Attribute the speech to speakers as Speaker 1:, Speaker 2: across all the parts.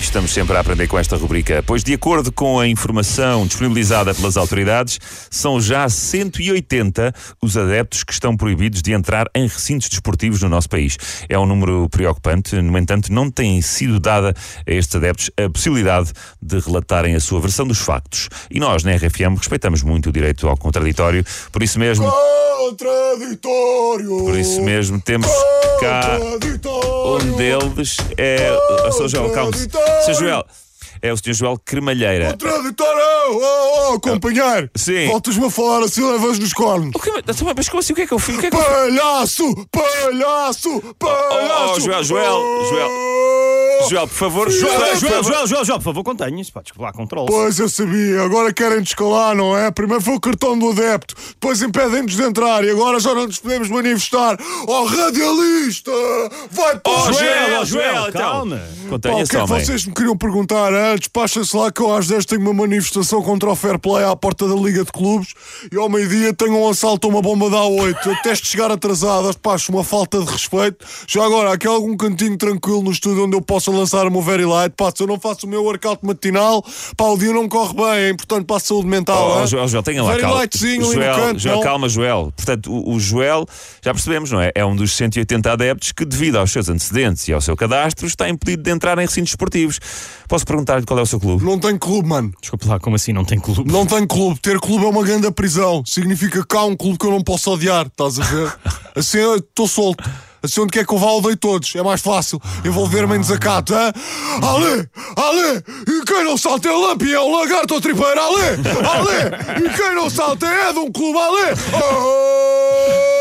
Speaker 1: Estamos sempre a aprender com esta rubrica, pois, de acordo com a informação disponibilizada pelas autoridades, são já 180 os adeptos que estão proibidos de entrar em recintos desportivos no nosso país. É um número preocupante, no entanto, não tem sido dada a estes adeptos a possibilidade de relatarem a sua versão dos factos. E nós, na RFM, respeitamos muito o direito ao contraditório, por isso mesmo.
Speaker 2: Contraditório.
Speaker 1: Por isso mesmo temos cá um deles é o Sr. Joel Calmes. Sr. Joel, é o Sr. Joel Cremalheira.
Speaker 2: Contraditório. Oh, oh, companheiro.
Speaker 1: Ah, Sim.
Speaker 2: Voltas-me a falar assim, levas nos cornos.
Speaker 1: O que, mas, mas como assim? O que é que eu fiz? O que é que eu fiz?
Speaker 2: Palhaço, palhaço, palhaço. Oh,
Speaker 1: oh, Joel, Joel, Joel. Joel, por favor,
Speaker 3: Joel,
Speaker 1: Joel,
Speaker 3: Joel, Joel, Joel, Joel, por favor, contenha-se. Pá, desculpa lá, controle.
Speaker 2: Pois eu sabia, agora querem descalar, não é? Primeiro foi o cartão do adepto, depois impedem-nos de entrar e agora já não nos podemos manifestar. Oh, radialista! Vai para
Speaker 1: Oh, Joel,
Speaker 2: o Joel!
Speaker 1: oh, Joel, então.
Speaker 3: calma.
Speaker 2: Pá, o
Speaker 1: Contenha-se,
Speaker 2: que é que
Speaker 1: homem.
Speaker 2: vocês me queriam perguntar antes? Pachem-se lá que eu às 10 tenho uma manifestação contra o fair play à porta da Liga de Clubes e ao meio-dia tenho um assalto a uma bomba da A8. Eu testo chegar atrasado, acho, pá, acho uma falta de respeito. Já agora, aqui há algum cantinho tranquilo no estúdio onde eu possa lançar o meu very light. Pá, se eu não faço o meu workout matinal, pá, o dia não corre bem, é importante para a saúde mental.
Speaker 1: Oh,
Speaker 2: é?
Speaker 1: Joel, Joel, tenha lá
Speaker 2: very
Speaker 1: calma.
Speaker 2: lightzinho ali no canto,
Speaker 1: Joel,
Speaker 2: não?
Speaker 1: calma, Joel. Portanto, o, o Joel, já percebemos, não é? É um dos 180 adeptos que, devido aos seus antecedentes e ao seu cadastro, está impedido de entrar em recintos esportivos. Posso perguntar-lhe qual é o seu clube?
Speaker 2: Não tenho clube, mano.
Speaker 3: Desculpa lá, como assim não tem clube?
Speaker 2: Não tenho clube. Ter clube é uma grande prisão. Significa que há um clube que eu não posso odiar, estás a ver? Assim eu estou solto. Assim onde quer que eu vá, odeio todos. É mais fácil envolver-me em desacato, é? Ale! Ale! E quem não salta é lampião, lagarto ou tripeiro, Ale! Ale! E quem não salta é de um clube, Ale! Oh!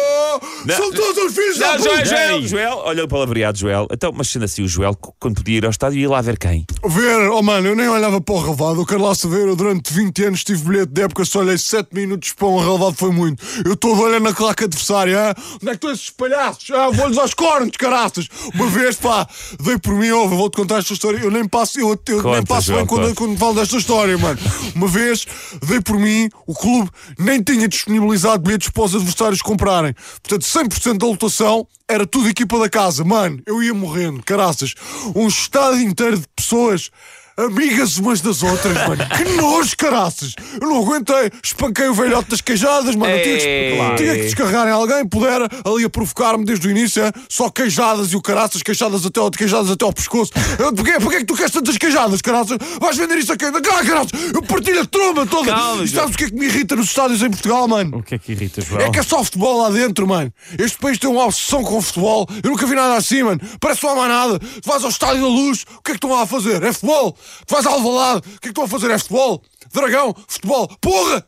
Speaker 1: Não.
Speaker 2: São todos os filhos da
Speaker 1: Não, Joel,
Speaker 2: puta!
Speaker 1: Joel, Joel, olha o palavreado, Joel. Então, mas sendo assim, o Joel, c- quando podia ir ao estádio, ia lá ver quem?
Speaker 2: Ver, oh mano, eu nem olhava para o relvado. Eu quero lá saber, eu durante 20 anos tive bilhete de época, só olhei 7 minutos para um relvado, foi muito. Eu estou a olhar na claque adversária, hã? onde é que estão esses palhaços? Ah, vou-lhes aos cornos, caraças! Uma vez, pá, dei por mim, ouve, vou-te contar esta história. Eu nem passo, eu, eu
Speaker 1: Conta,
Speaker 2: nem passo
Speaker 1: João,
Speaker 2: bem quando,
Speaker 1: conta.
Speaker 2: quando falo desta história, mano. Uma vez, dei por mim, o clube nem tinha disponibilizado bilhetes para os adversários comprarem. Portanto, 100% da lotação era tudo equipa da casa. Mano, eu ia morrendo, caraças. Um estádio inteiro de pessoas. Amigas umas das outras, mano. Que nojo, caraças. Eu não aguentei. Espanquei o velhote das queijadas, mano. Eu tinha é que,
Speaker 1: Ei.
Speaker 2: tinha que descarregar em alguém. Pudera ali a provocar-me desde o início. é? Só queijadas e o caraças, queijadas até, ao- queijadas até ao pescoço. Eu, Porquê, porquê é que tu queres tantas queijadas, caraças? Vais vender isso a quem? Ah, caraças, eu partilho a tromba toda.
Speaker 1: Calma,
Speaker 2: e sabes o que é que me irrita nos estádios em Portugal, mano?
Speaker 3: O que é que irrita, Joel?
Speaker 2: É que é só futebol lá dentro, mano. Este país tem uma obsessão com o futebol. Eu nunca vi nada assim, mano. Parece que não há mais nada. Tu vais ao Estádio da Luz, o que é que estão lá a fazer? É futebol. Tu vais ao Alvalade, o que é que estão a fazer? É futebol. Dragão, futebol. Porra!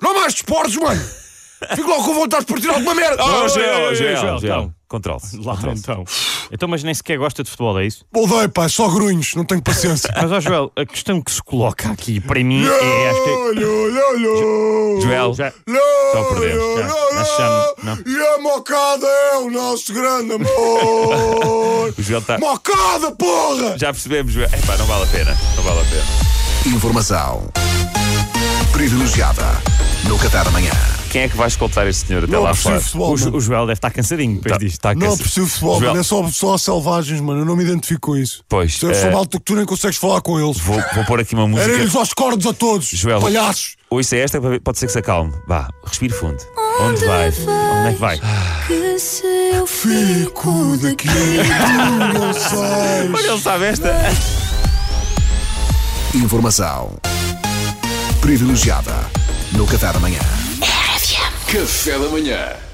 Speaker 2: Não há mais desportos, mano. Fico logo com vontade de partir alguma merda.
Speaker 1: Oh,
Speaker 3: ei,
Speaker 1: Joel, Joel,
Speaker 3: ei, Joel,
Speaker 1: Joel.
Speaker 3: então.
Speaker 1: Controle-se.
Speaker 3: Lá então. Então, mas nem sequer gosta de futebol, é isso?
Speaker 2: Odeio, pai. Só grunhos. Não tenho paciência.
Speaker 3: Mas, ó Joel, a questão que se coloca aqui para mim é. Acho que...
Speaker 2: Lho, lho, lho.
Speaker 1: Joel,
Speaker 3: Já-
Speaker 2: Lho,
Speaker 1: Estão a perder,
Speaker 2: lho,
Speaker 3: já.
Speaker 2: lho,
Speaker 3: Acho que já não-
Speaker 2: lho. E a mocada é o nosso grande amor.
Speaker 1: o Joel está.
Speaker 2: mocada, porra!
Speaker 1: Já percebemos, Joel. Epá, não vale a pena. Não vale a pena.
Speaker 4: Informação privilegiada no Qatar amanhã.
Speaker 1: Quem é que vai escoltar este senhor até
Speaker 2: Não
Speaker 1: lá
Speaker 2: aprecio
Speaker 1: fora?
Speaker 2: futebol,
Speaker 3: O, Jo-
Speaker 2: mano.
Speaker 3: o Joel deve estar cansadinho depois
Speaker 1: Tá-
Speaker 3: disto.
Speaker 1: tá
Speaker 2: Não
Speaker 1: cansado.
Speaker 2: aprecio futebol,
Speaker 1: Joel.
Speaker 2: mano. É só, só selvagens, mano. Eu não me identifico com isso.
Speaker 1: Pois,
Speaker 2: Se eu sou
Speaker 1: eh,
Speaker 2: malta que tu nem consegues falar com eles.
Speaker 1: Vou, vou pôr aqui uma música.
Speaker 2: Era-lhes aos cordos a todos.
Speaker 1: Joel.
Speaker 2: Palhaços.
Speaker 1: Ou isso é esta, pode ser que se acalme. Vá, respire fundo. Onde vai?
Speaker 3: Onde é que vai?
Speaker 5: Que se eu
Speaker 2: Fico daqui, tu não sais.
Speaker 1: Olha, ele sabe esta.
Speaker 4: Informação privilegiada no Qatar amanhã.
Speaker 2: Café da manhã.